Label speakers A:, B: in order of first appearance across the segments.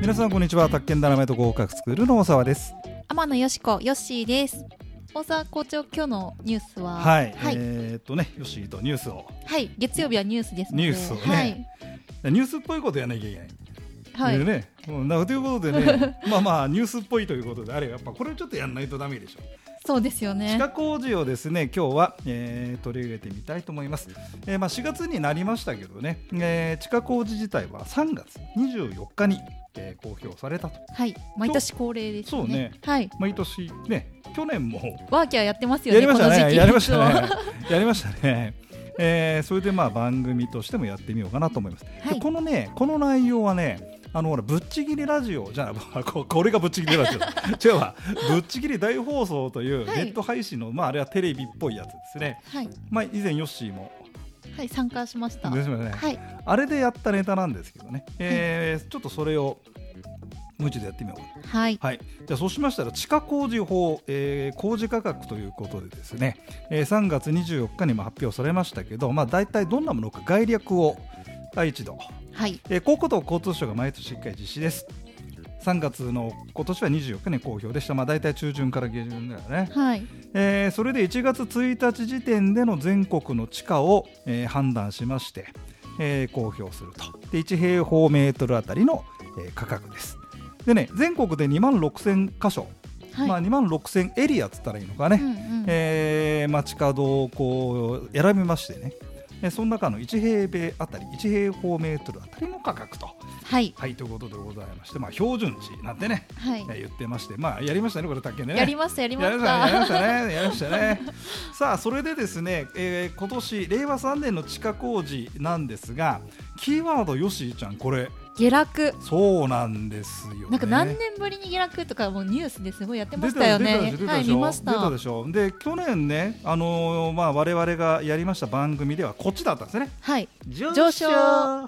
A: 皆さんこんにちは宅建ダラメと合格スクールの大沢です
B: 天野よしこよっしーです大沢校長今日のニュースは
A: はい、
B: はい、
A: えー、っとねよしとニュースを
B: はい月曜日はニュースですので
A: ニュースをねニュースっぽいことやらなきゃいけない
B: はい、はい、
A: ね、うんなということでね まあまあニュースっぽいということであれやっぱこれをちょっとやらないとダメでしょ
B: そうですよ
A: 歯
B: ね
A: 科工事をですね今日は、えー取り入れてみたいと思います、えーまあ、4月になりましたけどね、えー、地下工事自体は3月24日に、えー公表されたと
B: はい毎年恒例ですね
A: そうね
B: はい
A: 毎年ね去年も
B: ワーキャーやってますよ
A: や
B: ね
A: りました
B: この時
A: ね
B: 期
A: やりました
B: いつも
A: ねやりました ね、えーそれでまあ番組としてもやってみようかなと思います、
B: はい
A: でこのねこの内容はねあのほらぶっちぎりラジオじゃあ ここれがぶっちぎりラジオ 違うわぶっちぎり大放送というネ
B: はい
A: ット配信の、まああれはテレビっぽいやつですね
B: はい
A: まあ、以前ヨッシーも
B: はい参加しました
A: ですよね、
B: はい
A: あれでやったネタなんですけどね、えーちょっとそれをもう一度やってみようか
B: はい
A: はい、じゃあそうしましたら地下工事法、えー工事価格ということでですね、えー3月24日にも発表されましたけど、まあ、大体どんなものか概略を第一度、
B: はい
A: えー、国土交通省が毎年1回実施です3月の今年は24日に公表でした、まあ、大体中旬から下旬だよね、
B: はい
A: えーそれで1月1日時点での全国の地価を、えー判断しまして、えー公表するとで1平方メートルあたりの、えー価格ですでね全国で2万6000箇所、
B: はい、
A: まあ、2万6000エリアっつったらいいのかね、
B: うんうん
A: えー、街角をこう選びましてねでその中の1平米あたり1平方メートルあたりの価格と,、
B: はい
A: はい、ということでございまして、まあ、標準値なんてね、
B: はい、
A: えー言ってまして、まあ、やりましたねこれだけね
B: やりましたやりま
A: やり
B: し
A: ましたねやり
B: た
A: ましたねやりましたね さあそれでですね、えー今年令和3年の地下工事なんですがキーワードよしーちゃんこれ
B: 下落
A: そうなんですよね
B: なんか何年ぶりに下落とかもうニュースですごいやってましたよ
A: 出
B: ね
A: たでしょ出た
B: は
A: で
B: い
A: しょ
B: 見ました
A: 出たでしょで去年ねあのーまあ我々がやりました番組ではこっちだったんですね
B: はい
A: 上
B: 上昇な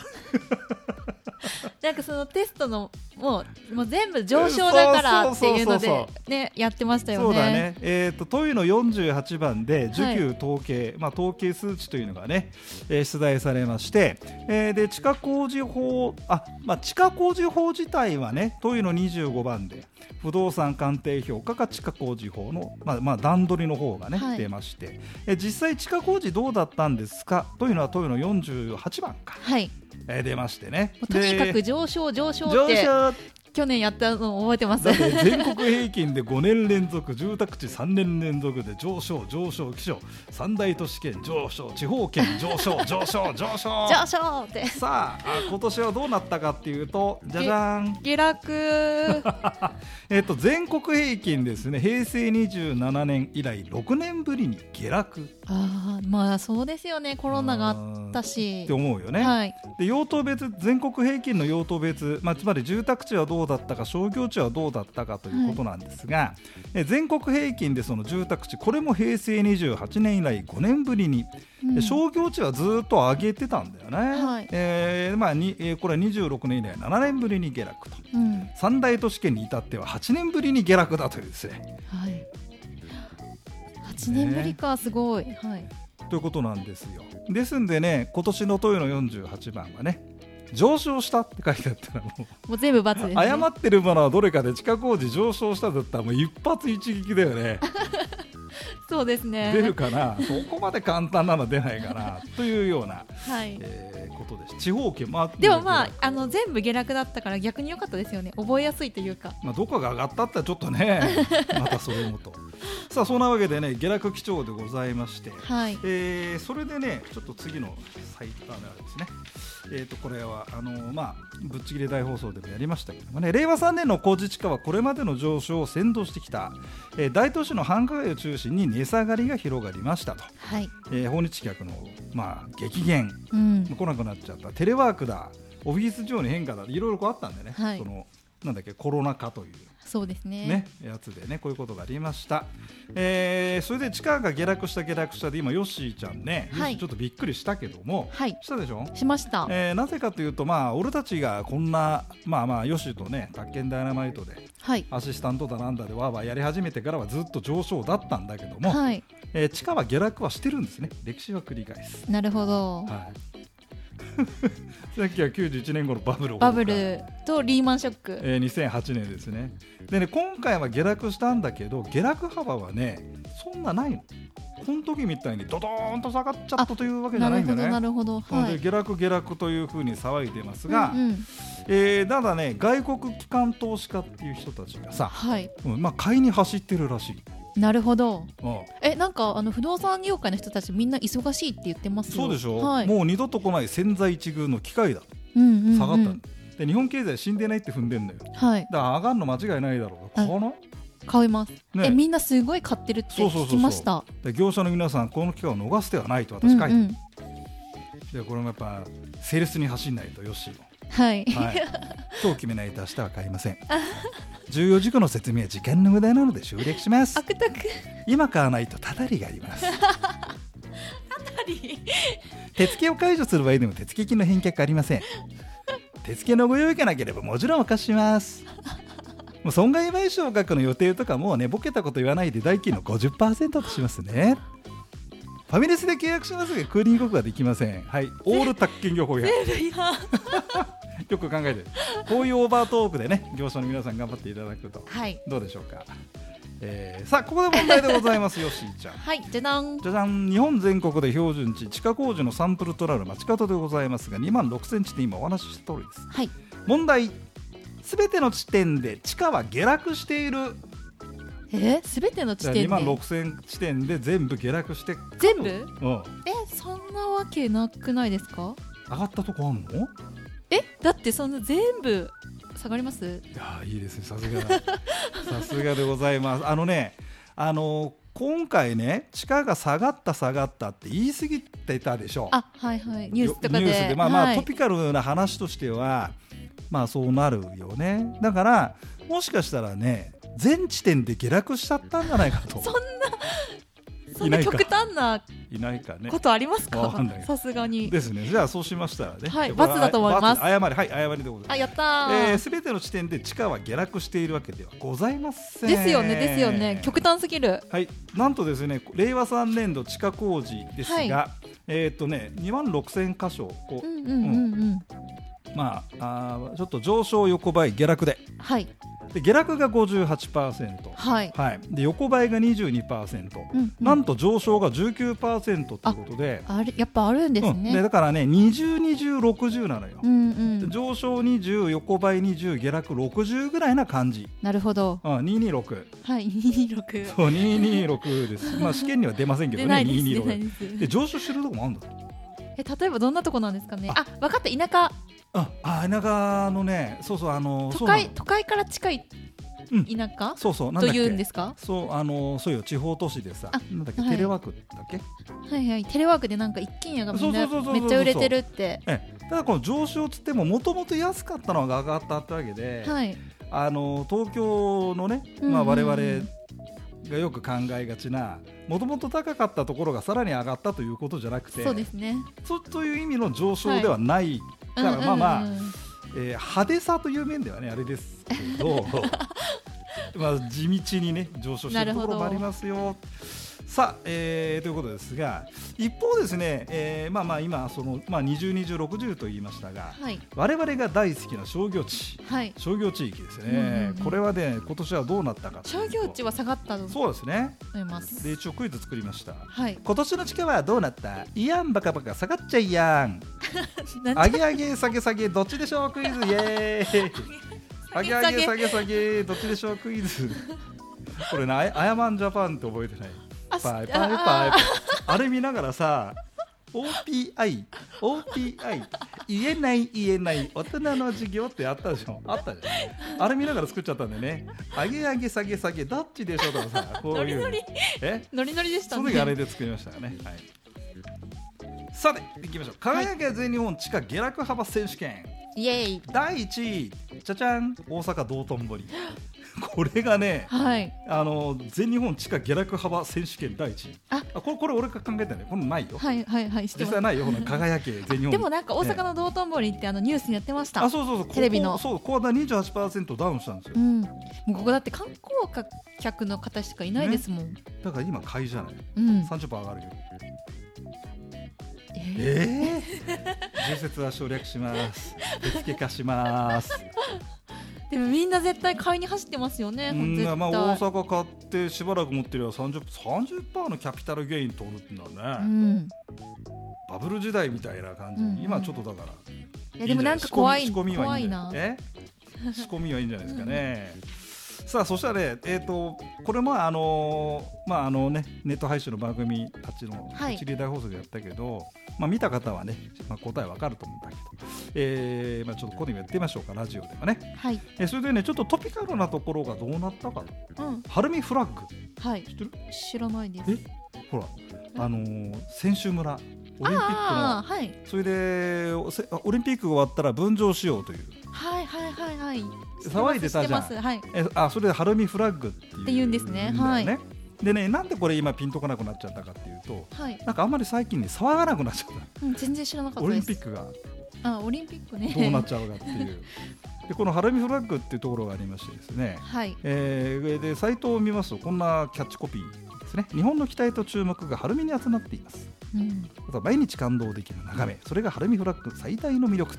B: んかそのテストのもうもう全部上昇だからっていうの
A: そうそう
B: で
A: そう
B: ねやってましたよね。
A: そうだね、えー、と問いの48番で
B: は
A: 需
B: い
A: 給統計、まあ、統計数値というのがね、えー出題されまして、えーで地下工事法あ、まあ、地下工事法自体はね問いの25番で不動産鑑定評価か地下工事法の、まあまあ、段取りの方がね、
B: はい
A: 出まして、えー実際地下工事どうだったんですかというのは問いの48番か、
B: はい、
A: えー出ましてね
B: もうとにかく
A: で
B: 上昇上昇っ
A: 上
B: て
A: 昇
B: 去年やったのを覚えてます
A: だっ。 て全国平均で5年連続住宅地3年連続で上昇上昇気象三大都市圏上昇地方圏上昇上昇上昇
B: 上昇って
A: さああ今年はどうなったかっていうとじゃじゃーん
B: 下落
A: えっと全国平均ですね平成27年以来6年ぶりに下落っ
B: ああまあそうですよねコロナがあったし。
A: て思うよね、
B: はい、
A: で用途別全国平均の用途別、まあ、つまり住宅地はどうだったか商業地はどうだったかということなんですが、え全国平均でその住宅地これも平成28年以来5年ぶりに、
B: うん
A: で商業地はずっと上げてたんだよね、
B: はい
A: えーまあにえーこれは26年以来7年ぶりに下落と
B: うん
A: 三大都市圏に至っては8年ぶりに下落だというですね
B: はい、8年ぶりか、すごい、はい、
A: ということなんですよですんでね今年のトヨの48番はね上昇したって書いてあったらもう
B: もう全部×です、ね、
A: 誤ってるものはどれかで地下工事上昇しただったらもう一発一撃だよね
B: そうですね
A: 出るかなそこまで簡単なの出ないか なというような、
B: はい、
A: えーことです地方圏もあって
B: でもまああの全部下落だったから逆に良かったですよね覚えやすいというか
A: まあ、どこが上がったってちょっと ねまたそれもとさあそんなわけでね下落基調でございまして、
B: はい
A: えーそれでねちょっと次のサイトあのあれですねえー、とこれはあのまあ、ぶっちぎり大放送でもやりましたけどもね令和3年の工事地価はこれまでの上昇を先導してきた、えー大都市の繁華街を中心に値下がりが広がりましたと、
B: はい
A: えー訪日客の、まあ、激減
B: うん
A: 来なくなっちゃったテレワークだオフィス上に変化だいろいろこうあったんでね、
B: はい
A: そのなんだっけコロナ禍という
B: そうですね
A: ね、やつでねこういうことがありました、えーそれで地価が下落した下落したで今ヨッシーちゃんね、
B: はい
A: ヨッシーちょっとびっくりしたけども、
B: はい
A: したでしょ
B: しました、
A: えーなぜかというと、まあ、俺たちがこんな、まあまあ、ヨッシーとね、宅建ダイナマイトで、
B: はい
A: アシスタントだなんだで、わーわーやり始めてからはずっと上昇だったんだけども、
B: はい
A: えー地価は下落はしてるんですね、歴史は繰り返す。
B: なるほど
A: は1991年頃バブル
B: バブルとリーマンショック
A: えー、2008年ですねでね今回は下落したんだけど下落幅はねそんなないのこの時みたいにドドーンと下がっちゃったというわけじゃ
B: な
A: な
B: る
A: いんだ
B: ほど
A: ね
B: なるほど
A: なの
B: は
A: で
B: い
A: 下落下落というふうに騒いでますが、
B: うんうん
A: えーただね外国機関投資家っていう人たちがさ、
B: はい
A: うんまあ、買いに走ってるらしい、
B: なるほど
A: うん
B: えなんかあの不動産業界の人たちみんな忙しいって言ってますよ
A: そうでしょ、
B: はい、
A: もう二度と来ない千載一遇の機会だ
B: うんうんうん
A: 下がったの、で日本経済死んでないって踏んでんのよだか
B: はい
A: ら上がるの間違いないだろう
B: あ
A: この
B: 買います、え
A: ね
B: みんなすごい買ってるって
A: そうそうそう
B: 聞
A: そう
B: きました
A: で業者の皆さんこの機会を逃す手はないと私書いてある、
B: うんうん
A: でこれもやっぱセールスに走んないとよし
B: はい、
A: はい、今日決めないと明日は買いません重要事項の説明は時間の無駄なので省略します
B: 悪徳
A: 今買わないとたたりがあります
B: あり
A: 手付けを解除する場合でも手付金の返却ありません手付けのご用意がなければもちろんお貸ししますもう損害賠償額の予定とかもうねボケたこと言わないで代金の50%としますねファミレスで契約しますがクーリングオフはできませんはいオール宅建業法違反
B: いや
A: よく考えてこういうオーバートークでね業者の皆さん頑張っていただくと
B: はい
A: どうでしょうか、えーさあここで問題でございますよしーちゃん
B: はいじゃだん
A: じゃじゃん日本全国で標準値地下工事のサンプルとなる町方でございますが2万6000地で今お話しした通りです
B: はい
A: 問題すべての地点で地価は下落している
B: えすべての地
A: じゃあ
B: 点
A: 2
B: で
A: 万6000地点で全部下落して
B: 全部
A: うん
B: えそんなわけなくないですか
A: 上がったとこあんの
B: えだってそんな全部下がります
A: いやーいいですねさすが ださすがでございますあのねあのー今回ね地価が下がった下がったって言い過ぎてたでしょ
B: あはいはいニュースとかで
A: ニュースでまあまあ、
B: はい
A: トピカルな話としてはまあそうなるよねだからもしかしたらね全地点で下落しちゃったんじゃないかと
B: そんそんな
A: な
B: い
A: いか
B: 極端ない
A: ないかね
B: ことあります
A: わ
B: か
A: かんないけど
B: さすがに
A: ですねじゃあそうしましたらね
B: はい
A: じゃあこれ
B: 罰だと思います
A: 罰誤りはい誤りでございま
B: あ
A: す
B: やったー、
A: えー、全ての地点で地価は下落しているわけではございません
B: ですよねですよね極端すぎる
A: はい、なんとですね、令和3年度地下工事ですが、
B: は
A: えーっとね、2万6000箇所こう、
B: うんうんうんうん
A: まあ、あーちょっと上昇横ばい下落で
B: はい
A: で下落が58%、
B: はい
A: はい、で横ばいが22%、
B: うんうん
A: なんと上昇が19%ということで
B: あれやっぱあるんです
A: うんで
B: ね
A: だからね20、20、60なのよ、
B: うんうん
A: 上昇20、横ばい20、下落60ぐらいな感じ、
B: なるほど
A: うん、226、
B: はい226
A: そう226です、まあ、試験には出ませんけど
B: 出
A: ね、
B: ないです出ない
A: 226。
B: です
A: で上昇してるとこもあるんだ
B: え例えばどんなとこなんですかね
A: あ
B: あ分かった田舎
A: あ、あ田舎のね、そうそう、あの、
B: 都会都会から近い
A: うん
B: 田舎
A: そうなのそうそう、なん
B: と
A: だっ
B: いうんで
A: け。
B: すか
A: そう、あの、そうよ、地方都市でさ
B: あ、
A: なんだっけ、
B: はい
A: テレワークだっけ。
B: はいはいテレワークでなんか一軒家がみん
A: そう
B: な
A: そうそうそうそう
B: めっちゃ売れてるって
A: ええ、ただ、この上昇つっても、もともと安かったのが上がったってわけで。
B: はい
A: あの、東京のね、
B: うんうん
A: ま
B: う
A: あ、
B: ん
A: 我々。がよく考えがちなもともと高かったところがさらに上がったということじゃなくて
B: そうですね
A: そという意味の上昇ではない、だからまあまあ、えー派手さという面ではねあれですけ どまあ地道にね上昇して
B: ない
A: る
B: る
A: と
B: ほ
A: こ
B: ど
A: ろもありますよ。さあ、えーということですが一方ですね、えーまあまあ今その、まあ、20、20、60と言いましたが
B: はい
A: 我々が大好きな商業地
B: はい
A: 商業地域ですね、
B: うんうんうん
A: これはね今年はどうなったかとい
B: 商
A: うと
B: 業地は下がったと思
A: そうですね
B: います
A: で一応クイズ作りました
B: はい
A: 今年の地価はどうなったいやんバカバカ下がっちゃいやん
B: なん
A: 上げ上げ下げ下げどっちでしょうク イズイエーイ上げ上げ下げ下げどっちでしょうクイズこれなあやあやまんジャパンって覚えてない
B: あし
A: パイパイパイパイあれ見ながらさ OPI OPI 言えない言えない大人の授業ってあったでしょあったじゃんあれ見ながら作っちゃったんだよね上げ上げ下げ下げどっちでしょうとかさこういう
B: ノリノ
A: え
B: ノリノリでした
A: その時あれ
B: ね
A: で作りましたよね。はい。さて、いきましょう。輝け全日本地下下落幅選手権、
B: イエーイ
A: 第1位、じゃじゃん、大阪道頓堀。 これがね、
B: はい
A: あの全日本地下下落幅選手権第1位。
B: あ
A: これこれ俺が考えたね。これないよ。
B: はいはいはいして
A: 実
B: ます
A: 際ないよ。この輝け全日本。
B: でもなんか大阪の道頓堀ってあのニュースにやってました
A: あ、そうそうそう。ここ
B: テレビの
A: そう、ここは二十八パーセントダウンしたんです
B: う
A: よ。
B: んもうここだって観光客の方しかいないですもん
A: だから今買いじゃない。
B: うん
A: 三十パー上がるよ。
B: えー
A: ええ重説は省略します手付け化します
B: でもみんな絶対買いに走ってますよね
A: う
B: ほん
A: ん
B: 絶対、
A: まあ大阪買ってしばらく持ってりゃ 30%, 30のキャピタルゲイン取るってのは
B: う
A: ね、
B: ん
A: バブル時代みたいな感じ
B: うんうん
A: に今ちょっとだから
B: いやでもなんか怖い
A: 仕込み仕込みは
B: 怖
A: いい
B: い
A: んじゃ
B: な
A: ないえ仕込みはいいんじゃないですかね。さあそしたらね、えー、とこれもあのーまああのねネット配信の番組たちの
B: はい
A: 一流大放送でやったけど、まあ見た方はね、まあ、答えわかると思うんだけど、えーまあちょっとここでもやってみましょうかラジオではね。
B: はい
A: えーそれでねちょっとトピカルなところがどうなったか。
B: うん
A: ハルミフラッグ
B: はい
A: 知ってる？
B: 知らないです
A: えほらあのー選手村オリンピック
B: あ
A: の
B: あーはい
A: それでおせオリンピックが終わったら分譲しようという。
B: はいはいはいはい
A: 騒いでたじゃん
B: 知ってます知ってますはい
A: えあそれでハルミフラッグっていう
B: って言うんですね
A: だよ
B: はい
A: でねなんでこれ今ピンとこなくなっちゃったかっていうと
B: はい、
A: なんかあんまり最近ね騒がなくなっちゃっ
B: うん、全然知らなか
A: た
B: った
A: オ
B: です
A: リンピックが
B: あオリンピックね
A: どうなっちゃうかって いうでこのハルミフラッグっていうところがありましてですね、
B: はい
A: えー、でサイトを見ますとこんなキャッチコピーですね日本の期待と注目がハルミに集まっています
B: うん
A: あとは毎日感動できる眺めそれがハルミフラッグ最大の魅力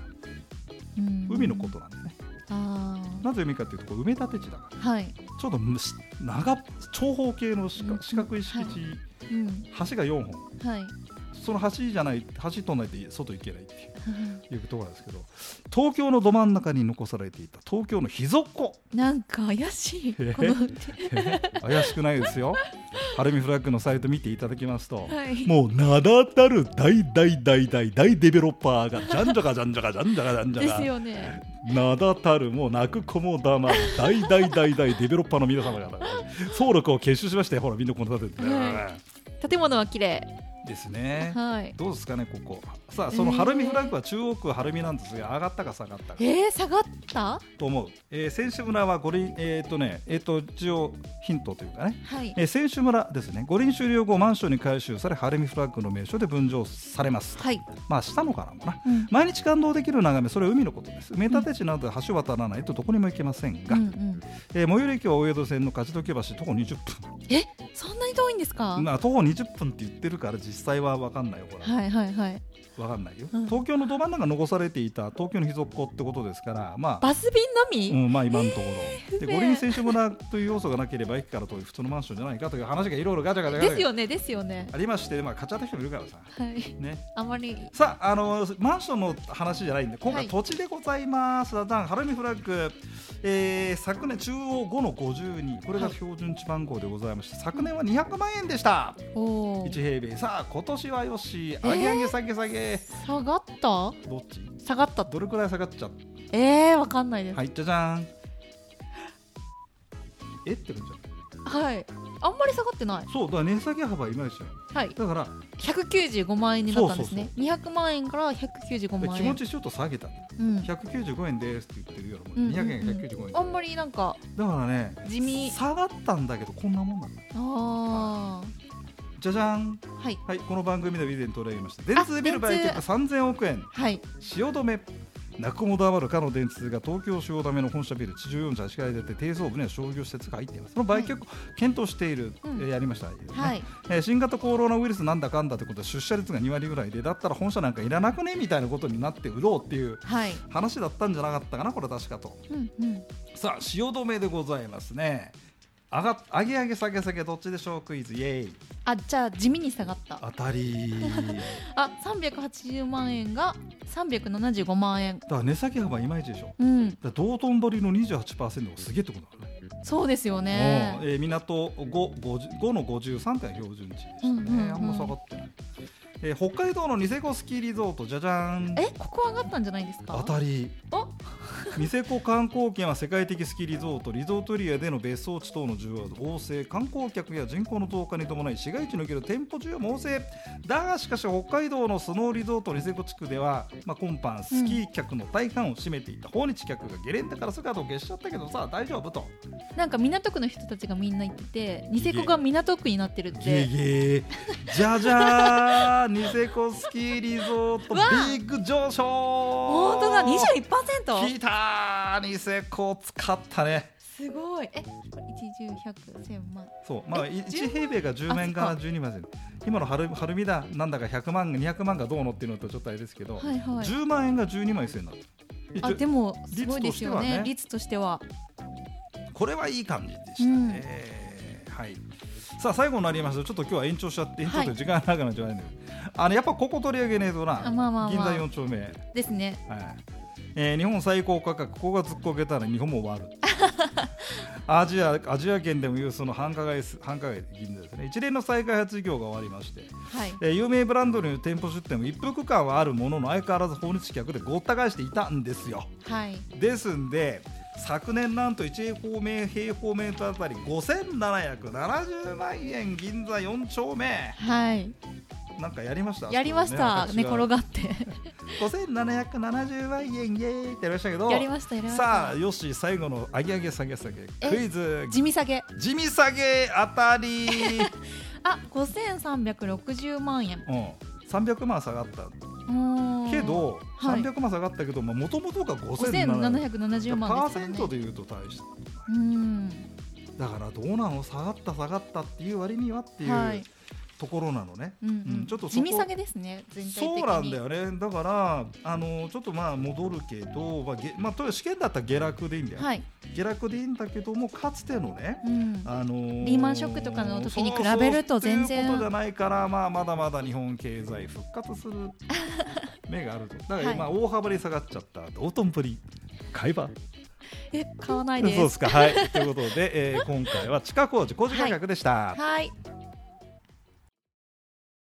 B: うん
A: 海のことなんでね
B: あ
A: なぜ海かっていうとこう埋め立て地だから
B: あはい
A: ちょっとむし長長方形の四角四角い敷地、
B: うん
A: 橋が4本
B: はい そ
A: その橋じゃない橋とんないと外行けないっていうところなんですけど東京のど真ん中に残されていた東京の秘蔵っ 子
B: なんか怪しいこ
A: え
B: の
A: 怪しくないですよハルミフラッグのサイト見ていただきますと、
B: はい
A: もう名だたる大大大大大デベロッパーがじゃんじゃかじゃんじゃかじゃんじゃかじゃんじゃ
B: で
A: か
B: すよね
A: 名だたるもう泣く子も黙る大大大大デベロッパーの皆様が総力を結集しましてほらみんなこの立てて、
B: は建物は綺麗
A: ですね
B: はい
A: どうですかねここさあその
B: えー
A: 晴海フラッグは中央区晴海なんですが上がったか下がったか
B: えー、下がった
A: と思う、えー、選手村は五輪えっ、とねえっ、と一応ヒントというかね
B: はい
A: えー選手村ですね五輪終了後マンションに改修され晴海フラッグの名所で分譲されます
B: はい、
A: まあしたのかなもな
B: うん
A: 毎日感動できる眺めそれは海のことです埋め立て地などで橋を渡らないとどこにも行けませんが、
B: うんうん、
A: えー最寄り駅は大江戸線の勝どき橋徒歩20
B: えそんなに遠いんですか、
A: 分まあ徒歩20分って言ってるから実際は分かんないよこれ
B: はいはいはい
A: わかんないよ、
B: うん
A: 東京のど真ん中に残されていた東京の秘蔵っ子ってことですからまあ
B: バス便のみ、
A: うん、まあ今のところ、
B: 不
A: で
B: 便
A: 五輪選手村という要素がなければ駅から遠い普通のマンションじゃないかという話がいろいろガチャガチャガチ
B: で
A: ャ
B: すよねですよね
A: ありまして、まあ、買っちゃった人もいるからさ、
B: はい
A: ね、
B: あまり
A: さああのマンションの話じゃないんで今
B: は
A: 回
B: い
A: 土地でございます、ダダンハルミフラッグ、えー昨年中央5の52これが標準地番号でございまして、昨年は200万円でした
B: おお
A: 1平米さあ今年はよし上げ上げ下げ下げ、
B: 下がった
A: どっち
B: 下がった
A: どれくらい下がっちゃった
B: えー、わかんないです
A: はい、じゃじゃん。えって感じじゃ
B: はい、あんまり下がってない
A: ん。そう、だから値下げ幅いまいちじゃん。
B: はい
A: だから、
B: 195万円になったんですね
A: そう
B: 200万円から195
A: だから
B: 万
A: 気持
B: 円
A: ちちょっと下げた。
B: うん、
A: 195円ですって言ってるような
B: うん
A: も。
B: うん
A: 200
B: んうん
A: 円、195円。
B: あんまりなんか
A: だからね、
B: 地味
A: 下がったんだけど、こんなもんなんだ。
B: あ
A: じゃじゃん。
B: あはい
A: はい、この番組では以前取り上げました。電通ビル売却
B: 電
A: 3000億円。
B: はい
A: 汐留泣く子も黙るかの電通が東京汐留の本社ビル地上4社8階建て低層部には商業施設が入っていますその売却を検討している、
B: うん
A: えーやりました、
B: は
A: ね
B: い
A: えー新型コロナウイルスなんだかんだってことは出社率が2割ぐらいでだったら本社なんかいらなくねみたいなことになって売ろうっていう
B: はい
A: 話だったんじゃなかったかなこれ確かと
B: うんうん
A: さあ汐留でございますね上が上げ上げ下げ下げどっちでしょうクイズイエーイ
B: あじゃあ地味に下がった
A: 当たりだ
B: あ380万円が375万円
A: から値下げ幅いまいちでしょ
B: うん
A: だから道頓堀の28%がすげえってことだね
B: そうですよね
A: うんえー港 5, 50 5の53回標準値でしたね、
B: うんうんうん
A: あんま下がってない、えー北海道のニセコスキーリゾートじゃじゃん
B: えここ上がったんじゃないんですか
A: 当たり
B: お
A: ニセコ観光圏は世界的スキーリゾートリゾートエリアでの別荘地等の需要は旺盛観光客や人口の増加に伴い市街地のける店舗需要も旺盛だがしかし北海道のスノーリゾートニセコ地区では、まあ、今般スキー客の大半を占めていた訪日客がゲレンデから姿を消しちゃったけどさ大丈夫と
B: なんか港区の人たちがみんな行っててニセコが港区になってるっ
A: ゲ
B: て
A: ゲーじゃじゃーんニセコスキーリゾートビ
B: わあ
A: ッグ上昇
B: 本当だ
A: 聞
B: 21%
A: いたーニセコ使ったね
B: すごい。え、これ一十百千万。
A: そうまあ
B: え
A: 1
B: 10
A: 平米が10面
B: あ
A: が
B: そ
A: 12万円今の春春見だなんだか100万200万がどうのっていうのとちょっとあれですけど、
B: はいはい。
A: 10万円が12万1000円なんです一
B: あ
A: 応
B: でもすごいですよね。
A: 率
B: 率としては,、
A: これはいい感じでしたね、はいさあ最後になりましたちょっと今日は延長しちゃって延長という時間が長くなっちゃうんで、あのやっぱここ取り上げねえとな、
B: あまあまあまあ
A: 銀座4丁目、はい
B: ですね。
A: えー日本最高価格ここが突っこけたら日本も終わる アジアアジア圏でも有数の繁華街す繁華街銀座ですね一連の再開発事業が終わりまして
B: はい。
A: えー有名ブランドの店舗出店も一服感はあるものの相変わらず訪日客でごった返していたんですよ
B: はい。
A: ですんで昨年なんと1平方メ平方メートルあたり5770万円銀座4丁目
B: はい。
A: なんかやりました
B: やりました。寝転
A: が
B: がって。
A: 5770万円イエーってやりましたけど
B: やりましたやりました。
A: さあよし最後の上げ上げ下げ下げ
B: え
A: クイズ
B: 地味下げ。
A: 地味下げあた り、
B: あ、五千三百六十万円。
A: うん、300万下がった
B: うーん
A: け。ど、
B: はい
A: 300万下がったけどもともとが
B: 五千七
A: 5770
B: 百七十
A: パ
B: 万
A: ー
B: ですから
A: セン
B: ね。
A: トで言うと大した
B: うん。
A: だからどうなの下がった下がったっていう割にはっていう、
B: はい。
A: ところなのね
B: うんうん
A: うんちょっとそこ
B: 地味下げですね。全体的に。
A: そうなんだよねだからあのちょっとまあ戻るけど、まあげまあ、とりあえず試験だったら下落でいいんだよ、
B: はい。
A: 下落でいいんだけどもかつてのね
B: うん。
A: あのー
B: リーマンショックとかの時に比べると全
A: そうそう
B: 然
A: っていうことじゃないから、まあ、まだまだ日本経済復活する目があるとだから
B: はい
A: 今大幅に下がっちゃった道頓堀買い場
B: え、買わない
A: そう
B: で。
A: ですすかはいということで、えー今回は地下工事工事改革でした、
B: はい。